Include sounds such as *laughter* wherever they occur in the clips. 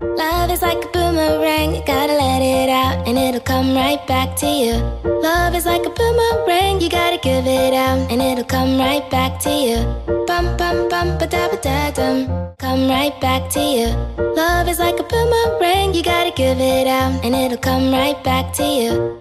Love is like a boomerang, you gotta let it out and it'll come right back to you. Love is like a boomerang, you gotta give it out and it'll come right back to you. Bum bum bum ba da ba da dum, come right back to you. Love is like a boomerang, you gotta give it out and it'll come right back to you.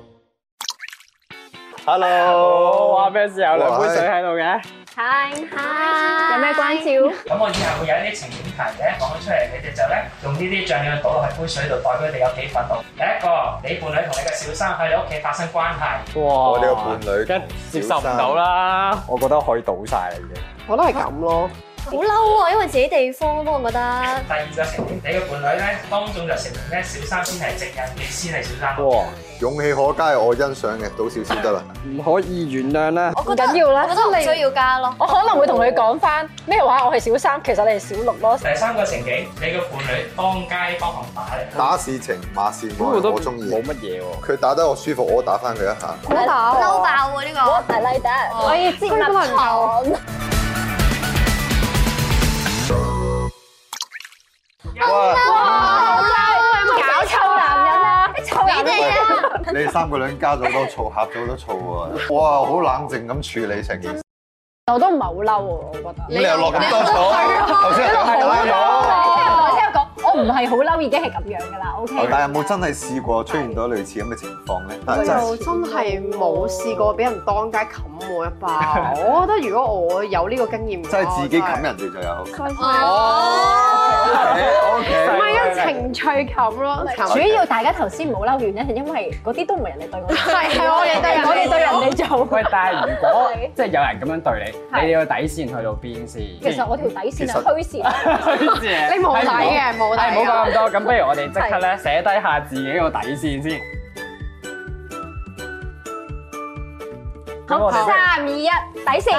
Hello，哇！咩時候兩杯水喺度嘅？ Hi，Hi，有咩關照？咁我以後會有一啲情景題咧講咗出嚟，你哋就咧用呢啲醬料倒落去杯水度，代表你有幾憤怒。第一個，你伴侶同你嘅小三喺你屋企發生關係；哇！我哋個伴侶梗係接受唔到啦。我覺得可以倒晒啦已經。我都係咁咯。好嬲啊，因為自己地方咯，我覺得。第二個情景，你嘅伴侶咧當眾就承認咧小三先係正人，你先係小三。哇！勇氣可嘉係我欣賞嘅，倒少少得啦。唔可以原諒啦。我覺唔緊要啦我覺得唔需要加咯。我可能會同佢講翻咩話，我係小三，其實你係小六咯。第三個情景，你嘅伴侶當街當行打你。打是情，罵是愛，我都我中意。冇乜嘢喎。佢打得我舒服，我打翻佢一下。好打嬲爆喎呢個。 I like that。可以接納床。好嬲，有冇搞錯男人啊？你臭你哋啊！ *laughs* 你哋三個兩加咗好多醋，呷咗好多醋喎。哇，好冷靜咁處理成件事。我都唔係好嬲喎，我覺咁得。你又落咁多醋，頭先又係拉咗。我聽講，我唔係好嬲，已經係咁樣㗎啦。OK。哦但係有冇真係試過出現到類似咁嘅情況咧？但係啊真就係真係冇試過俾人當街冚我一巴，我覺得如果我有呢個經驗，真係自己冚人。人哋就有。哦。 O 唔 K。係啊，情趣冚咯，係主冚要大家頭先冇嬲，原因係因為嗰啲都唔係人哋對我，係係我哋對人我哋對人哋做。喂，但係如果係即係有人咁樣對你，係你哋個底線去到邊先？其實我條底線其係實虛線。你你冇底嘅，冇啊底哎係唔好講嘅。咁多，咁不如我哋即刻咧寫低下自己個底線先。咁我哋三二一，底線。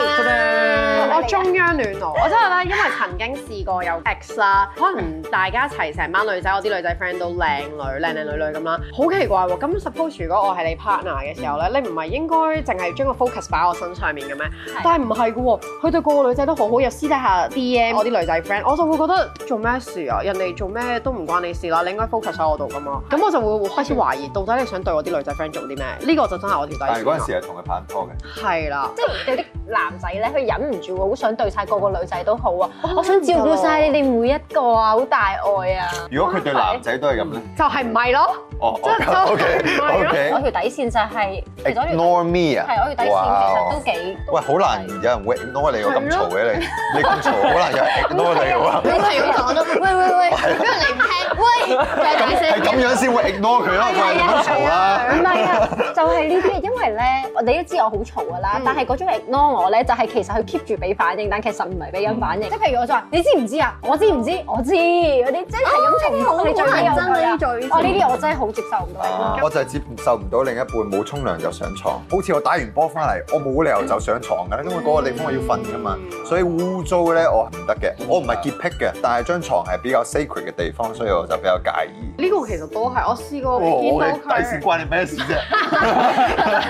我中央戀愛，我真係咧，因為曾經試過有 ex 啦，可能大家一齊成班女仔，我啲女仔 friend 都靚女，靚靚女女咁啦，好奇怪喎！咁 suppose 如果我係你 partner 嘅時候咧，你唔係應該淨係將個 focus 擺我身上面嘅咩？但係唔係嘅喎，佢對個個女仔都好好，又私底下 DM 我啲女仔 friend，我就會覺得做咩事啊？人哋做咩都唔關你事啦，你應該 focus 喺我度㗎嘛。咁我就會開始懷疑，到底你想對我啲女仔 friend 做啲咩？呢個就真係我條底但係線嗰陣啦。時係同佢拍拖嘅。係啦。即係有啲男仔咧，佢忍唔住喎，好想對晒個個女仔都好啊，我想照顧晒你哋每一個啊，好大愛啊！如果佢對男仔都係咁咧，就係唔係咯？哦真係，O K 真係 O 我 K。條底線就係，其實我條 Ignore me 啊！係我條底線其實都幾喂，好難有人會 ignore 你，我咁嘈嘅你，你咁嘈，好 *laughs* 難有啊人 ignore 你你喎。係咁同我都喂喂喂，因為你唔聽，喂，就係底係線。咁樣先會 ignore 佢咯，佢係咁嘈唔啦。啊係啊，就係呢啲，因為咧，我哋都知我好嘈噶啦，但係嗰種 ignore 我咧，就係其實佢 keep 住俾反應，但其實唔係俾緊反應。即係譬如我就話，你知唔知啊？我知唔知？我知嗰啲，即係咁重複你最尾有佢啦。哦，呢啲我真係好接受唔到。我就係接受唔到另一半冇沖涼就上床，好似我打完波翻嚟，我冇理由就上床㗎啦，因為嗰個地方我要瞓㗎嘛，嗯所以污糟咧我係唔得嘅，我唔係潔癖嘅，但係張床係比較 sacred 嘅地方，所以我就比較介意。呢個其實都係，我試過見我到嘅底線佢，關你咩事啫？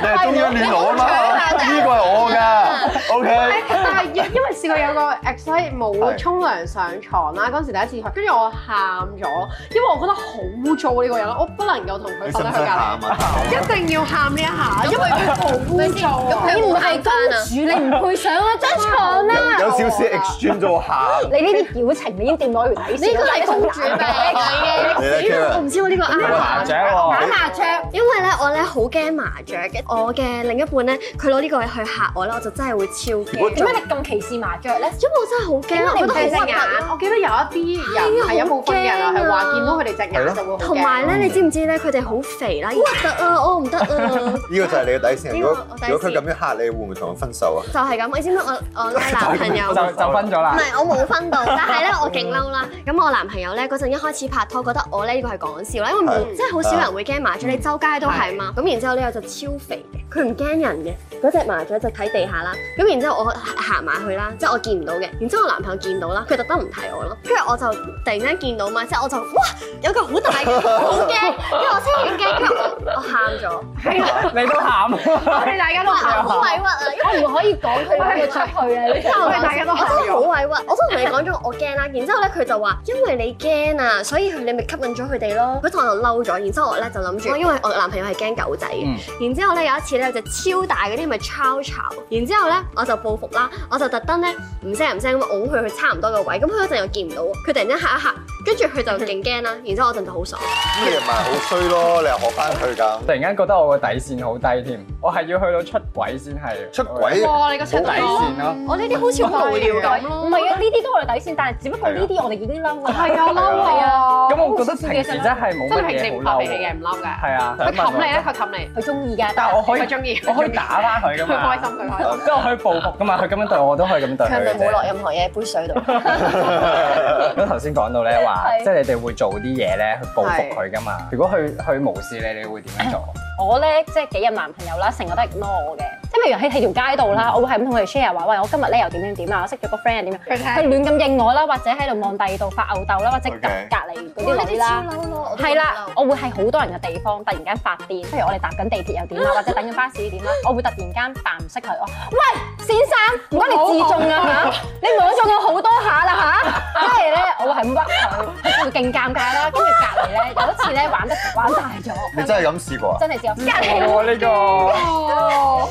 你係中央戀我啊嘛，呢個係我㗎，OK。但係因因為試過有個 ex 咧係冇沖涼上床啦，嗰陣時第一次去，跟住我喊咗，因為我覺得好污糟呢個人，我不能夠同佢你瞓使唔喺使佢隔離喊。啊？一定要喊呢一下，因為佢好污糟啊。你唔係公主，你唔配上我張床啦！有有少少 extreme 咗喊。你呢啲表情，你已經掂到我條底線。呢個係公主 *laughs* 病嚟你咧 k a r 嘅，唔知我呢個啱麻雀喎，麻雀，因為咧我咧好驚麻雀嘅，我嘅另一半咧佢攞呢個去嚇我咧，我就真係會超驚，點解你咁歧視麻雀咧？因為我真係好驚，我覺得好核啊突咯。我記得有一啲人係有部分嘅人啊，係話見到佢哋隻係咯眼就會好驚同埋咧，你知唔知咧？佢哋好肥啦，好核突啊！我唔得啊，呢個就係你嘅底線。呢如個果我底線如果佢咁樣嚇你，會唔會同佢分手啊？就係咁。你知唔知我我男朋友？就就分咗啦唔。係，我冇分到，但係咧我勁嬲啦。咁我男朋友咧嗰陣一開始拍拖，覺得我咧呢個係講笑啦，因為冇係即係好少人會驚麻雀，你周街都係嘛。咁然之後咧我就超肥嘅，佢唔驚人嘅，嗰只麻雀就睇地下啦。咁然之後我行埋去啦，即係我見唔到嘅。然之後我男朋友見到啦，佢特登唔睇我咯。跟住我就突然間見到嘛，即係我就哇有個好大嘅，我好驚，跟住我真係好驚，跟住我我喊咗，你都喊，我哋大家都喊好委屈啊，因為我唔可以講佢要出去啊！呢我個大家都喊真係好咗。委屈，我都同你講咗我驚啦，然之後咧佢就話因為你驚啊，所以佢你咪吸引咗佢哋咯。嗰陣我就嬲咗，然之後我咧就諗住，因為我男朋友係驚狗仔嘅。嗯然之後咧有一次咧有隻超大嗰啲咪抄巢，然之後咧我就報復啦，我就特登咧唔聲唔聲咁㧬佢去差唔多個位，咁佢嗰陣又見唔到喎，佢突然間嚇一嚇，跟住佢就勁驚啦，然之後我陣就好爽，咁你咪好衰咯，你又學翻佢㗎。突然間覺得我個底線好低添，我係要去到出軌先係出軌哇！你個冇底線咯。我呢啲好似好無聊咁唔係啊，呢啲都係我哋底線，但係只不過呢啲我哋已經嬲啦。係啊，嬲係啊！咁我覺得平時真係冇真係乜平時嘢唔好發嬲脾氣嘅，唔嬲㗎。係啊，佢想冚問你咧，佢冚你，佢中意㗎，但係我可以佢，中意，我可以打翻佢噶佢嘛，開心，佢開心。即係我可以報復噶嘛，佢咁樣對我，我都可以咁對佢係咪佢冇落嘅 *laughs* 任何嘢喺杯水度？啫。咁頭先講到咧話，係即係你哋會做啲嘢咧去報復佢噶嘛。如果佢佢無視你，你會點樣做？我咧即係幾任男朋友啦，成日都係 ignore 我嘅。即係譬如喺喺條街度啦，我會係咁同佢哋 share 話，喂，我今日咧又點點點啊，我識咗個 friend 點樣，佢聽佢亂咁應我啦，或者喺度望第二度發吽竇啦，或者隔 OK 隔離嗰啲女啦。嬲咯，係啦，我會喺好多人嘅地方突然間發癲，譬如我哋搭緊地鐵又點啦，或者等緊巴士點啦，我會突然間扮唔識佢，我喂先生，唔該你自重啊嚇，你摸咗我好多下啦吓，跟住咧我會係咁屈佢，佢會勁尷尬啦，跟住隔離咧有一次咧玩得玩大咗，你真係咁試過啊？真係只有隔離我呢個哦，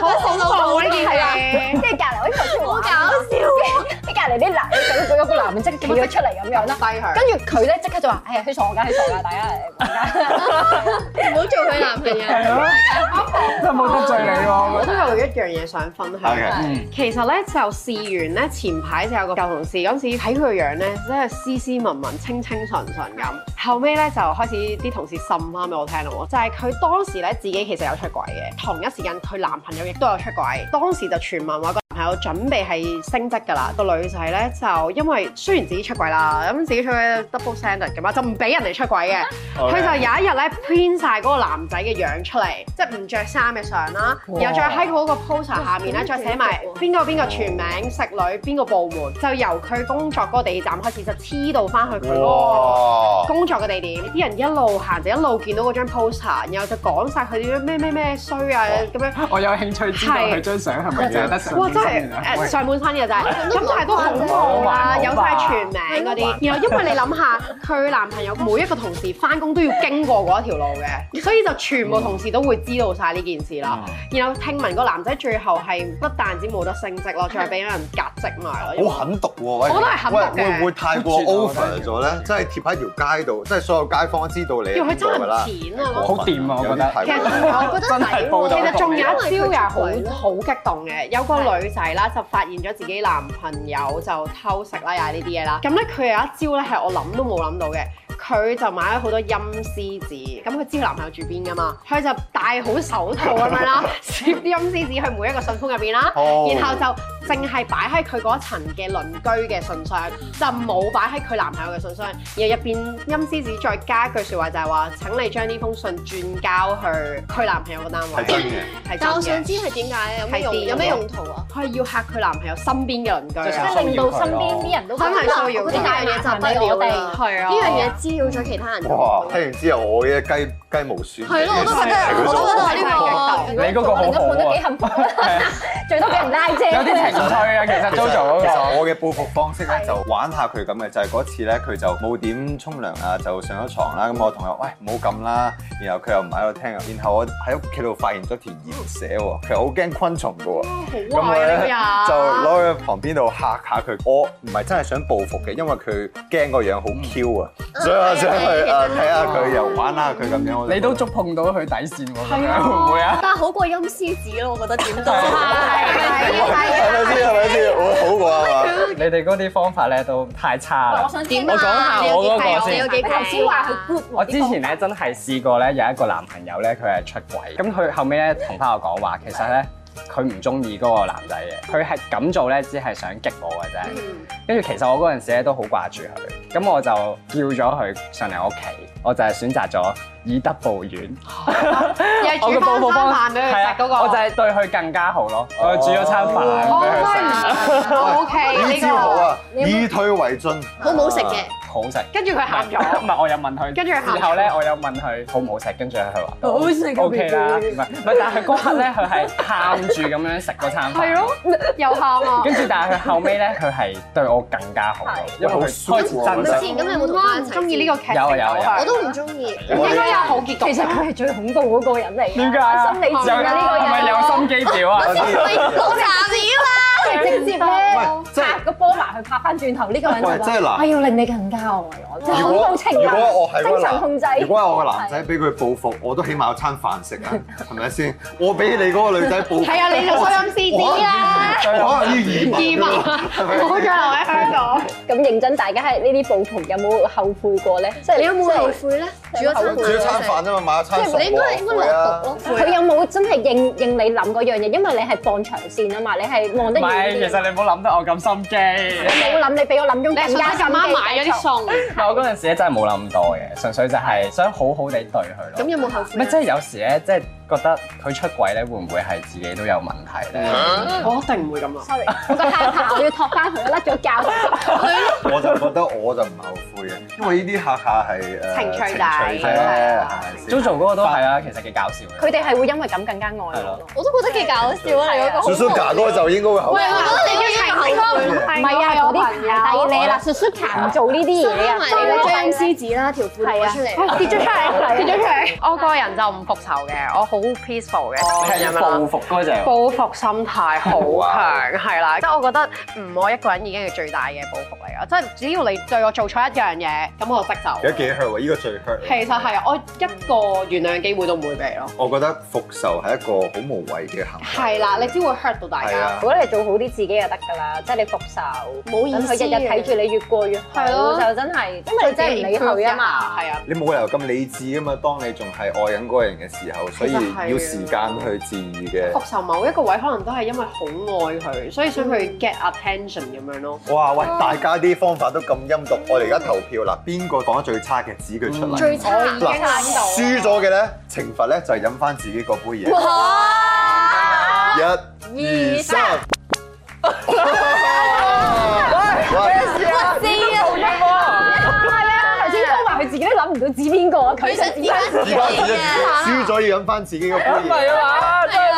我好恐怖呢件跟嘢。住隔離我呢個好搞笑，跟住隔離啲男有有個男人即刻企咗出嚟咁樣啦。低佢。跟住佢咧即刻就話：哎呀，佢傻㗎，佢傻㗎，大家唔好做佢男朋友。係咯，真係冇得罪你我喎。都有一樣嘢想分享。 OK 嗯其實咧就試完咧，前排就有個舊同事嗰陣時睇佢個樣咧，真係斯斯文文、清清純純咁。後尾咧就開始啲同事呻翻俾我聽咯喎，就係、佢當時咧自己其實有出軌嘅，同一時間佢男朋友亦都有出軌。當時就傳聞話個男朋友準備係升職㗎啦，個女仔咧就因為雖然自己出軌啦，咁自己出軌 double standard 咁嘛，就唔俾人哋出軌嘅。佢就有一日咧 print 晒嗰個男仔嘅樣出嚟，即係唔着衫嘅相啦，哇然後再喺嗰個 poster 下面咧，再寫埋邊個邊個全名、食女、邊個部門，就由佢工作嗰個地鐵站開始，就黐到翻去佢嗰個哇！工作嘅地點。啲人一路行就一路見到嗰張 poster，然後就講晒佢啲咩咩咩衰啊咁樣。我有興趣知道佢張相係咪淨係得上哇！半真身係嘅誒喂上半身嘅就係，咁但係都恐怖啦，有晒全名嗰啲。然後因為你諗下，佢男朋友每一個同事翻工都要經過嗰一條路嘅，所以就全部同事都會知道晒呢件事啦。嗯然後聽聞個男仔最後係不但止冇得升職咯，仲係俾人革職埋咯。因為好狠毒喎！喂，我都係狠毒嘅喂會唔會太過好絕啊我覺得 over 咗咧？即係貼喺條街度，即係所有街坊都知道你要係佢邊真個㗎啦。係錢啊！嗰好掂啊我覺得有啲其太實過我覺得真係報其道實仲有一一招又好好激動嘅，有個女仔啦就發現咗自己男朋友就偷食啦，又係呢啲嘢啦。咁咧佢有一招咧係我諗都冇諗到嘅。佢就買咗好多陰司紙，咁佢知佢男朋友住邊噶嘛，佢就戴好手套咁樣啦，攝啲陰司紙去每一個信封入邊啦，哦然後就淨係擺喺佢嗰層嘅鄰居嘅信箱，就冇擺喺佢男朋友嘅信箱。然後入邊陰司紙再加一句説話就係話：請你將呢封信轉交去佢男朋友個單位。係真嘅，係但我真想嘅。知係點解有咩用？係癲有咩用途啊？佢係要嚇佢男朋友身邊嘅鄰居即啊！係令到身邊啲人都真係騷擾我覺得呢樣嘢就不了啦。係啊呢樣嘢滋擾咗其他人。哇！哦聽完之後，我嘅雞雞毛蒜。係咯，我都覺得，我都覺得係呢你嗰個好另一好半都幾啊，幸福啦， *laughs* 最多俾人拉啫。有啲情趣啊，其實其實 JoJo 其嗰實我嘅報復方式咧就玩下佢咁嘅，就係嗰次咧佢就冇點沖涼啊，就上咗床啦。咁我同佢話喂唔好咁啦，然後佢又唔喺度聽啊。然後我喺屋企度發現咗條鹽蛇喎，佢好驚昆蟲嘅喎。咁好我壞咧啊呢就個人！攞去旁邊度嚇下佢。我唔係真係想報復嘅，因為佢驚個樣好 Q 啊，所以我想去啊睇下佢，又玩下佢咁樣。我個，就你都觸碰到佢底線喎，咁樣會唔會啊？但係好過陰司紙咯，我覺得點都啊係咪先？係咪先？我好過啊嘛。你哋嗰啲方法咧都太差啦哦我。想點啊我講下我嗰個你先有。幾頭先話佢 good 我之前咧真係試過咧有一個男朋友咧，佢係出軌，咁佢後尾咧同翻我講話，其實咧佢唔中意嗰個男仔嘅，佢係咁做咧只係想激我嘅啫。嗯跟住其實我嗰陣時咧都好掛住佢，咁我就叫咗佢上嚟我屋企，我就係選擇咗以德報怨，我又係煮翻餐飯俾佢食嗰個。就係啊對佢更加好咯。我煮咗餐飯哦俾 *laughs* 佢食， O K，呢呢招好個啊，以退為進。好唔好食嘅？好食。跟住佢喊咗唔。係，我有問佢，跟住佢喊然後咧，我有問佢好唔好食，跟住佢話好食，O K 啦，唔係唔係，但係佢嗰刻咧，佢係喊住咁樣食嗰餐飯。係咯，又喊啊！跟住，但係佢後尾咧，佢係對我更加好咯，因為佢開始好唔舒係真心。先，咁你有冇同哇佢唔一齊？中意呢個劇情有啊有啊有啊我都唔中意。應該有好結局。其實佢係最恐怖嗰個人嚟嘅，點解啊？心理戰啊呢個係咪人，有心機婊啊？喂，好殘忍啊！即係直接咧喂即係拍個波埋去拍翻轉頭，呢個人喂就即係話嗱我要令你更加愛我，即係恐怖情如果我係人，嗰個精男神控制。如果係我個男仔俾佢報復，我都起碼有餐飯食啊，係咪先？我俾你嗰個女仔報復，係啊，你就收音 CD 啦，我可能要啊移民二㗎萬喎，係咪唔好再留喺香港。咁認真，大家喺呢啲暴徒有冇後悔過咧？即係你有冇後即係悔咧？煮咗餐飯，煮一餐飯啫嘛，買一餐餸你應該係應該落毒咯。咯。佢有冇真係應應你諗嗰樣嘢？因為你係放長線啊嘛，你係望唔得係，遠其啲。實你唔好諗得我咁心你機。冇諗，你比我諗中你係更想加咁啱買咗啲餸，但我嗰陣時咧真係冇諗多嘅，純粹就係想好好地對佢咯。咁有冇後悔咪咧？即係有時咧，即係覺得佢出軌咧，會唔會係自己都有問題咧？ *laughs* 我一定唔會咁諗。 sorry，我個蝦頭我要托翻佢，甩咗教。我就覺得我就唔後悔嘅，因為呢啲下下係誒情趣啫，大係咪先 JoJo 嗰個都係啊，其實幾搞笑嘅。佢哋係會因為咁更加愛我咯。我都覺得幾搞笑啊！你嗰個好叔叔無哥聊哥就應該會後喂，悔。我覺得你要情後悔。唔係啊，嗰啲太低你啦，Suzuka 唔做呢啲收嘢啊，埋你張獅子啦，條褲攞出嚟。跌咗出嚟，跌咗出嚟。我個人就唔復仇嘅，我好 peaceful 嘅，係啊咁樣啦報復嗰隻。啊報復心態好強，係啦，即係我覺得唔愛一個人已經係最大嘅報復嚟噶，即係只要你對我做錯一樣嘢，咁我就即而家走。幾 hurt 喎，呢個最 hurt 其實係啊我一個原諒機會都唔會俾咯。我覺得復仇係一個好無謂嘅行為。係啦，你只會 hurt 到大係家。啊如，果你做好啲自己就得㗎啦，即係你復仇，冇意思等佢日日睇住你越過越好，係咯就真係，因為你真係唔理佢啊 dạ. 嘛。係啊，你冇理由咁理智噶嘛。當你仲係愛緊嗰個人嘅時候，所以其實係啊要時間去治愈嘅。復仇某一個位可能都係因為好愛佢，所以想佢 get attention 咁樣咯。哇！喂，大家啲方法都咁陰毒，我哋而家投票啦，邊個講得最差嘅指佢出嚟。最差 *laughs* 我已經諗到輸咗嘅咧，懲罰咧就係飲翻自己嗰杯嘢。一、二、三。喂係啊，頭先都話佢自己都諗唔到指邊個啊，佢想指翻自而家自己輸咗要飲翻自己嗰杯嘢。啊嘛，真係啦。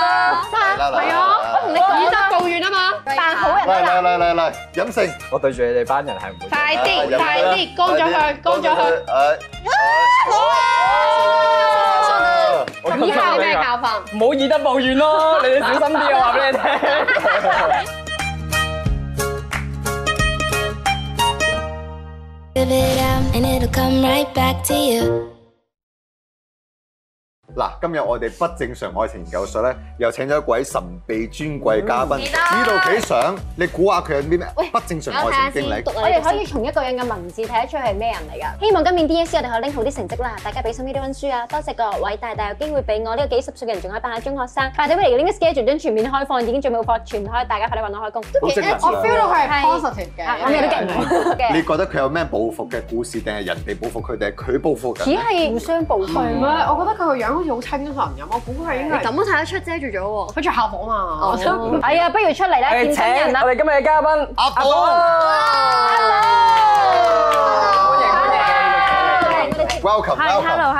係啦，係啊我同你以德報怨啊嘛，扮好人嚟啊嚟嚟嚟嚟，飲勝。我對住你哋班人係唔會。快啊啲快 Ờ, 啲，乾 dạ. 咗佢，乾咗 Ờ. 佢。！乾咗佢！以後好啊！有咩教訓？唔好以德報怨咯，你哋小心啲，我話俾你聽。 Give it out, and it'll come right back to you. 嗱，今日我哋不正常愛情研究所咧，又請咗一位神秘尊貴嘉賓，呢度幾想你估下佢有啲咩不正常愛情經歷？我哋可以從一個人嘅文字睇得出係咩人嚟㗎。希望今年 DSE 我哋可以拎好啲成績啦，大家俾心機啲温書啊！多謝各位大大有機會俾我呢個幾十歲嘅人仲可以扮下中學生。快啲嚟拎個 schedule 將全面開放，已經準備好課，全開，大家快啲揾我開工。好正能我 feel 量。到佢係 positive 啊我哋。嘅都勁你嘅，覺得佢有咩報復嘅故事，定係人哋報復佢，定係佢報復只緊？係互相報係復。咩？我覺得佢個樣好似好清純咁，我估佢應該係咁都睇得出遮住咗喎。佢着校服啊嘛。我想哎呀，不如出嚟啦，見真人啊啦！哋今日嘅嘉賓啊阿寶，歡迎歡迎。 Welcome welcome，咁不如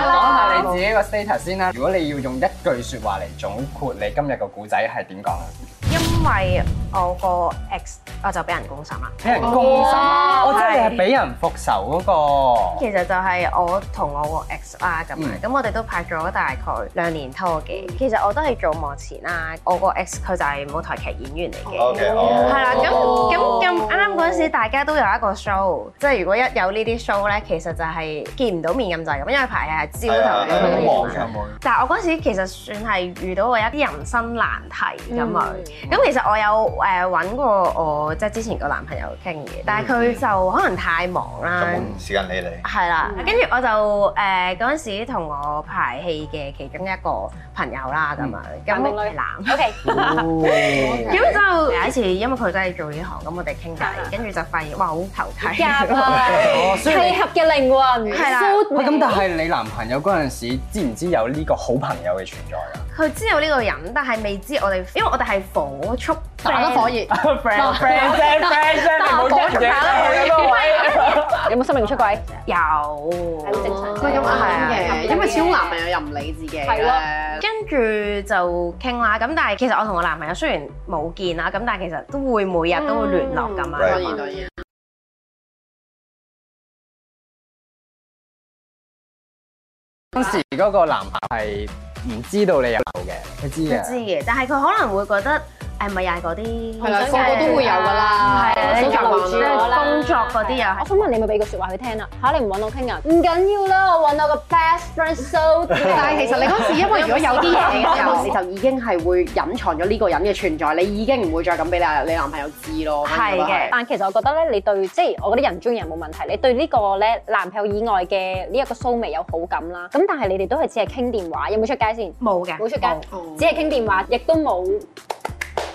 講下你自己個 status 先啦。如果你要用一句説話嚟總括你今日個故仔係點講啊？因為我個 ex 啊我就俾人公審啦。俾人攻心，啊我真係俾人復仇嗰個。其實就係我同我個 ex 啦咁嗯樣，咁我哋都拍咗大概兩年拖嘅。其實我都係做幕前啦，我個 ex 佢就係舞台劇演員嚟嘅。 OK，係好。啦，咁咁咁啱嗰陣時，大家都有一個 show，即係如果一有呢啲 show 咧，其實就係見唔到面咁滯咁，因為排戲係朝頭係啊早好忙夜嘅晚場會。但係我嗰陣時其實算係遇到過一啲人生難題咁樣，咁、其實我有誒、誒揾過我即係之前個男朋友傾嘅，但係佢就可能太忙啦。冇時間理你。係啦，跟住我就誒嗰陣時同我排戲嘅其中一個朋友啦，咁樣咁定係男， OK，咁就有一次因為佢都係做呢行，咁我哋傾偈，跟住就發現哇好投契，夾啊， *laughs* 哦所以你契合嘅靈魂，係啦 suit 你喂，咁但係你男朋友嗰陣時，知唔知有呢個好朋友嘅存在啊？佢知道呢個人，但係未知我哋，因為我哋係火速打得火熱， *laughs* friend friend 啫 *laughs* friend 啫，你冇講講嘢啦，嗰個位。 *laughs* 有冇生命出軌？有，係咯正常喂咁啱係啊嘅，因為始終男朋友又唔理自己係咧咯。跟住就傾啦。咁但係其實我同我男朋友雖然冇見啦，咁但係其實都會每日都會聯絡咁當樣然。當然，當時嗰個男朋友係唔知道你有嘅，佢知佢知嘅。嘅，但係佢可能會覺得誒咪又係嗰啲，係啦，個個都會有㗎啦，係啊，手你夾留住硬啦我啦工作嗰啲又我係。想問你有冇俾個説話佢聽啦？嚇你唔揾我傾啊？唔緊要啦，我揾我個 best friend *laughs* so。但但係其實你嗰時因為如果有啲嘢嘅時有候，冇有時就已經係會隱藏咗呢個人嘅存在，你已經唔會再咁俾你你男朋友知咯。係嘅但其實我覺得咧，你對即係我覺得人中意人冇問題，你對呢個咧男朋友以外嘅呢一個蘇眉有好感啦。咁但係你哋都係只係傾電話，有冇出街先？冇嘅，冇出冇街，只係傾電話，亦都冇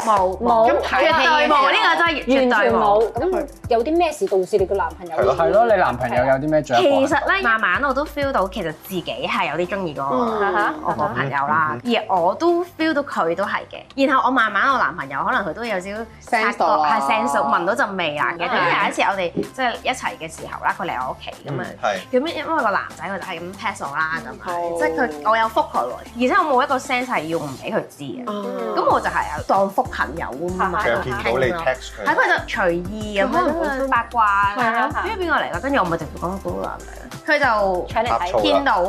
冇冇咁睇戲絕對冇呢個真係絕完對全冇。冇。咁有啲咩事導致你個男朋友？係咯係咯，你男朋友有啲咩其掌握？實咧，慢慢我都 feel 到其實自己係有啲中意嗰個嗯我個朋友啦，而我都 feel 到佢都係嘅。然後我慢慢我男朋友可能佢都有少少 Sense 到啦係 sense 到聞到陣味啦嘅。嗯咁有一次我哋即係一齊嘅時候啦，佢嚟我屋企咁啊。係。咁因為個男仔佢就係咁 pass 我啦，咁哦樣即係佢我有覆佢喎，而且我冇一個 sense 係要唔俾佢知嘅，咁我就係當覆朋友咁啊嘛，佢又見到你傾咯 text 佢喺。佢就隨意咁樣八卦，啊邊邊個嚟啦？跟住我咪直接講嗰個男嚟啦。搶嚟呷醋睇佢就見到，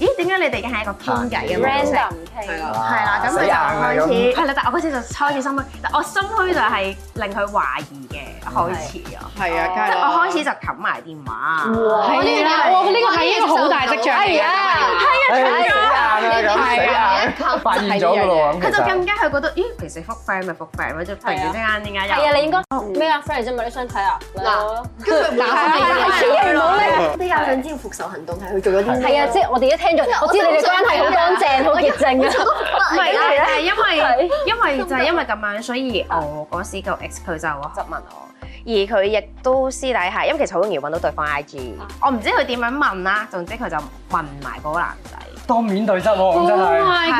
咦？點解你哋已經係一個傾偈咁樣？ ，random 係傾。啦。係啊啦，咁佢死就硬啦開咁始係啦，但我嗰時就開始心虛，但我心虛就係令佢懷疑嘅開始啊，係啊，梗係即係我開啦始就冚埋電話。係哦呢樣嘢，我呢個係一個好大跡象嚟嘅。哎死硬啦呢咁，死硬！發現咗㗎咯喎，咁其佢就實更加佢覺得，咦，平時覆 friend 咪覆 friend，咪就突然之間點解又係啊，你應該咩啊？friend 嚟啫嘛，你想睇啊？嗱跟住啊冇比較想知道復仇行動係佢做咗啲係啊，即係我哋一聽咗，我知你哋關係好乾淨，好潔淨啊。唔係啦，係因為係因為就係因為咁樣，所以我嗰時個 ex 佢就質問我，而佢亦都私底下，因為其實好容易揾到對方 IG，我唔知佢點樣問啦，總之佢就問埋嗰個男仔，當面對質喎，咁 Oh 真係。 my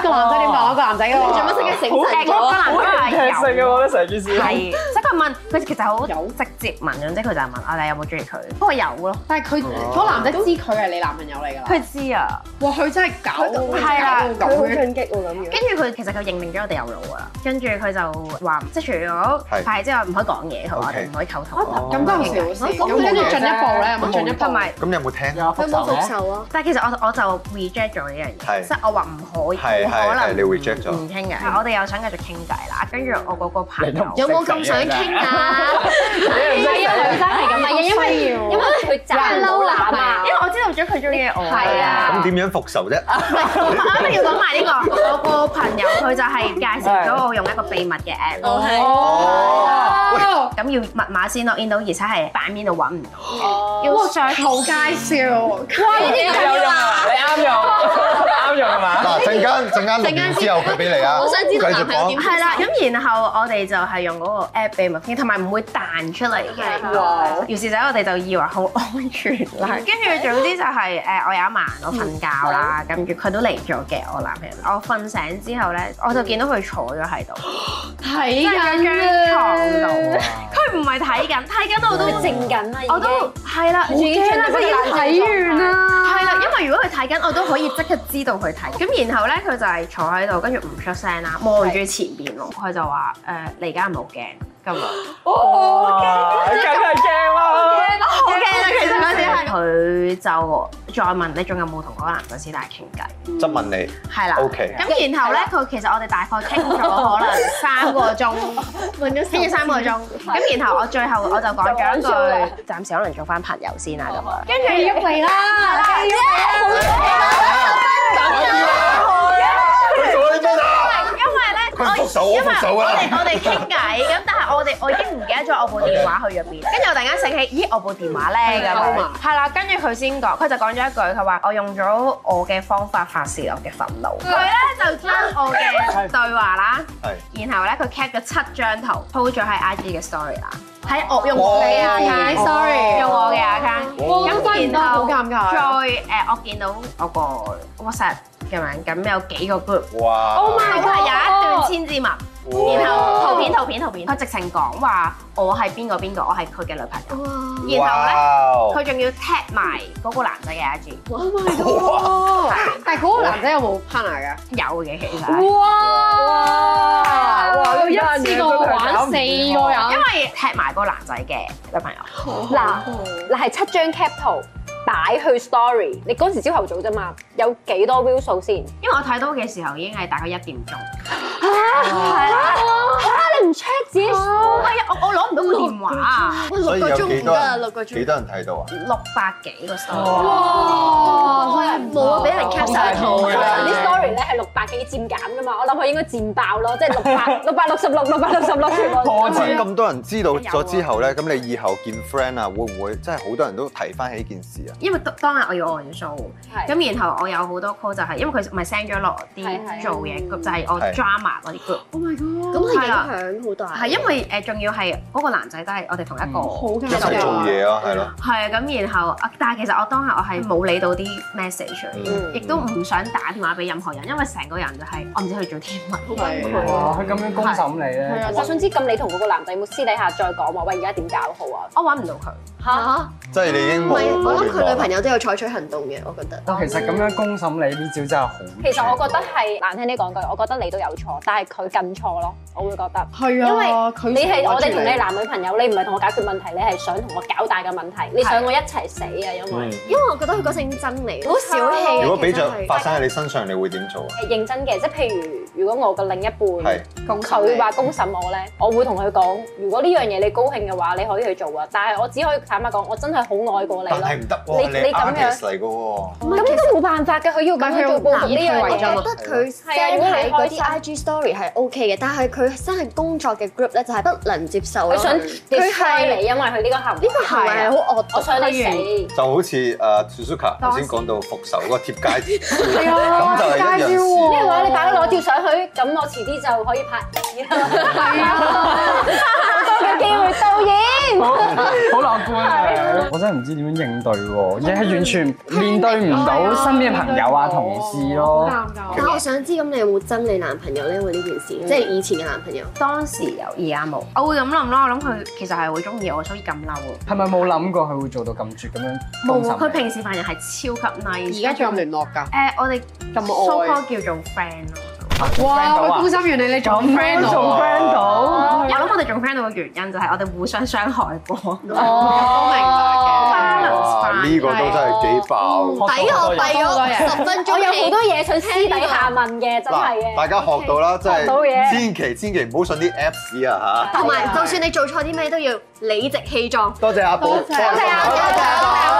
god！個男仔點啊講？個男仔嘅你做乜即刻醒誒神嗰個男好仔劇話性嘅，有。我覺得成件事。係，即係佢問佢其實好有直接問，總之佢就係問啊你有冇中意佢？不過有咯，但係佢哦嗰個男仔知佢係你男朋友嚟㗎啦。佢知啊，哇！佢真係搞到係啦搞到咁樣。激喎咁樣。跟住佢其實佢認定咗我哋有腦啊，跟住佢就話即係除咗係快之外唔可以講嘢，佢話 OK 唔可以溝通。啊 Ờ. 咁都有少少。咁咁跟住進一步咧，有冇進一步？同埋咁有冇聽？有佢複冇雜復咩？仇啊？但係其實我我就 reject 咗呢樣嘢，係即係我話唔可以，係冇係係，可你能 reject 咗。唔傾嘅。我哋又想繼續傾偈啦，跟住我嗰個朋你都唔友識有冇咁想傾啊？係啊，女仔係咁啊，因為因為佢爭到男啊因。為我知道咗佢中意我，係啊咁點樣復仇啫？我啱啱要講埋呢個，我個朋友佢就係介紹咗我用一個秘密嘅 app，哦，咁要密碼先 login 到，而且係版面度揾唔到嘅，要哇！上求介紹。有用啊！你啱用，啱用係嘛？嗱，陣間陣間錄完之後佢俾你啊，我想知道男朋友繼點續講係啦，咁然後我哋就係用嗰個 app 秘密傾，同埋唔會彈出嚟哇嘅。於是者我哋就以為好安全啦。跟住總之就係誒，我有一晚我瞓覺啦，跟住佢都嚟咗嘅，我男朋友。我瞓醒之後咧，我就見到佢坐咗喺度，睇即係喺張床度哇啊。佢唔係睇緊，睇緊我都佢靜緊啦，已經我都啊係啦，已經進入嗰個冷靜狀態啦。係啦，因為如果佢睇緊，我都可以即刻知道佢睇。咁然後咧，佢就係坐喺度，跟住唔出聲啦，望住前邊咯。佢就話：誒、你而家唔好驚咁啊樣。哇！梗係驚啦！好驚啦，其實嗰時係。佢就再問你仲有冇同嗰個男仔私底下傾偈？質問你。係啦。 OK 咁然後咧，佢其實我哋大概傾咗可能三個 *laughs* 鐘，問咗傾咗三個鐘。咁然後我最後我就講咗一句，暫時可能做翻朋友先啦咁啊樣。跟住繼續嚟啦，繼佢做咗啲咩啊？因為咧，佢復仇我因為我復數我啦哋我哋傾偈咁，但係我哋我已經唔記得咗我部電話去咗邊，跟住我突然間醒起，咦我部電話咧咁收埋樣，係啊啦，跟住佢先講，佢就講咗一句，佢話我用咗我嘅方法發泄我嘅憤怒，佢咧就將我嘅對話啦，然後咧佢 cap 咗七張圖，po 咗喺 IG 嘅 story 啦，喺我用啊我嘅 account。 sorry，哦用我嘅啊 account，哇哦真係唔咁得然好後尷尬再誒，我見到我個 WhatsApp 咁樣，咁有幾個 group，哇！Oh 都係有一段千字文，哦然後圖片圖片圖片，佢直情講話我係邊個邊個，我係佢嘅女朋友，然然後咧佢仲要 tag 埋嗰個男仔嘅 IG，哦，但係嗰個男仔有冇 partner 有嘅其實，㗎？哇！有一次過啊玩四個人。因為 tag 埋嗰個男仔嘅女朋友，嗱嗱係七張 cap 圖擺去 story，你嗰時朝頭早啫嘛，有幾多 view 數先？因為我睇到嘅時候已經係大概一點鐘，係啦，嚇你唔 check 自己喂哎我我攞唔到個電話啊，所以有幾多六個人鐘幾多人睇到啊？六百幾個 story，哦哇！冇啊，俾人 cap 晒圖通常啲啊！ story 咧係六百幾漸減噶嘛，我諗佢應該漸爆咯，即係六百六百六十六、六百六十六全部都。唔係咁多人知道咗之後咧，咁你以後見 friend à, 啊，會唔會真係好多人都提翻起件事啊？因為當當日我要 on show。係咁然後我有好多 call 就係因為佢咪 send 咗落係係啲做嘢 group，就係我係 drama 嗰啲 group，咁係影響好大。嗯係因為誒仲要係嗰個男仔都係我哋同一個，好尷一齊做嘢啊，係咯。係啊咁然後啊，但係其實我當下我係冇理到啲 message 嗯嘅，亦都唔想打電話俾任何人，因為成個人就係我唔知佢做啲乜，係哇！佢咁樣公審你係咧啊，我想知咁你同嗰個男仔有冇私底下再講話？喂，而家點搞好啊？我揾唔到佢。嚇，即係你已經唔冇係我諗佢女朋友友都有採取行動嘅，我覺得。哇其實咁樣公審你呢招真係好。其實我覺得係難聽啲講句，我覺得你都有錯，但係佢更錯咯，我會覺得。係因為啊，佢你係我哋同你你男女朋友，你唔係同我解決問題，你係想同我搞大嘅問題，你想我一齊死啊！因為嗯因為我覺得佢嗰性真嚟，好小氣啊。如果俾其實着係發生喺你身上，你會點做啊？係認真嘅，即係譬如如果我嘅另一係半。佢話公審我咧，我會同佢講：如果呢樣嘢你高興嘅話，你可以去做啊。但係我只可以坦白講，我真係好愛過你但咯係。唔得喎，你你你咁 artist 嚟嘅喎。咁呢都冇辦法嘅，佢要咁樣做報復呢樣嘢但係佢用男。我覺得佢 s 係啊如果你 e 嗰啲開 IG story 係 OK 嘅，但係佢真係工作嘅 group 咧就係不能接受咯。佢想佢 destroy 係你，因為佢呢個行為。啊呢個行為係好惡毒。我想你死。就好似誒 Suzuka 頭先講到復仇嗰個貼街，咁就係一樣呢個事。話你擺咗裸照上去，咁我遲啲就可以拍二啦。好多嘅機會導演。好好樂觀啊！我真係唔知點樣應對喎，亦係完全面對唔到身邊嘅朋友啊、同事咯。但我想知咁你有冇憎你男朋友咧？因為呢件事，即係以前嘅男朋友。當時有，而家冇。我會咁諗咯，我諗佢其實係會中意我，所以咁嬲喎。係咪冇諗過佢會做到咁絕咁樣冇公，審你？佢平時份人係超級 nice。而家仲有聯絡㗎。誒，我哋咁 so 愛 call 叫做 friend 咯。啊哇！佢孤心完你，你仲都 friend 到仲我， friend 到。哦我諗我哋仲 friend 到嘅原因就係我哋互相傷害過。Oh 都明白嘅。哇！呢個都真係幾爆。抵啊我弊咗十分我鐘有好氣多嘢想私底下問嘅，真係嗱，大嘅。家學到啦，即學到嘢係千祈千祈唔好信啲 Apps 啊嚇。同埋就算你做錯啲咩都要理直氣壯。多謝阿寶，多謝多謝多謝多謝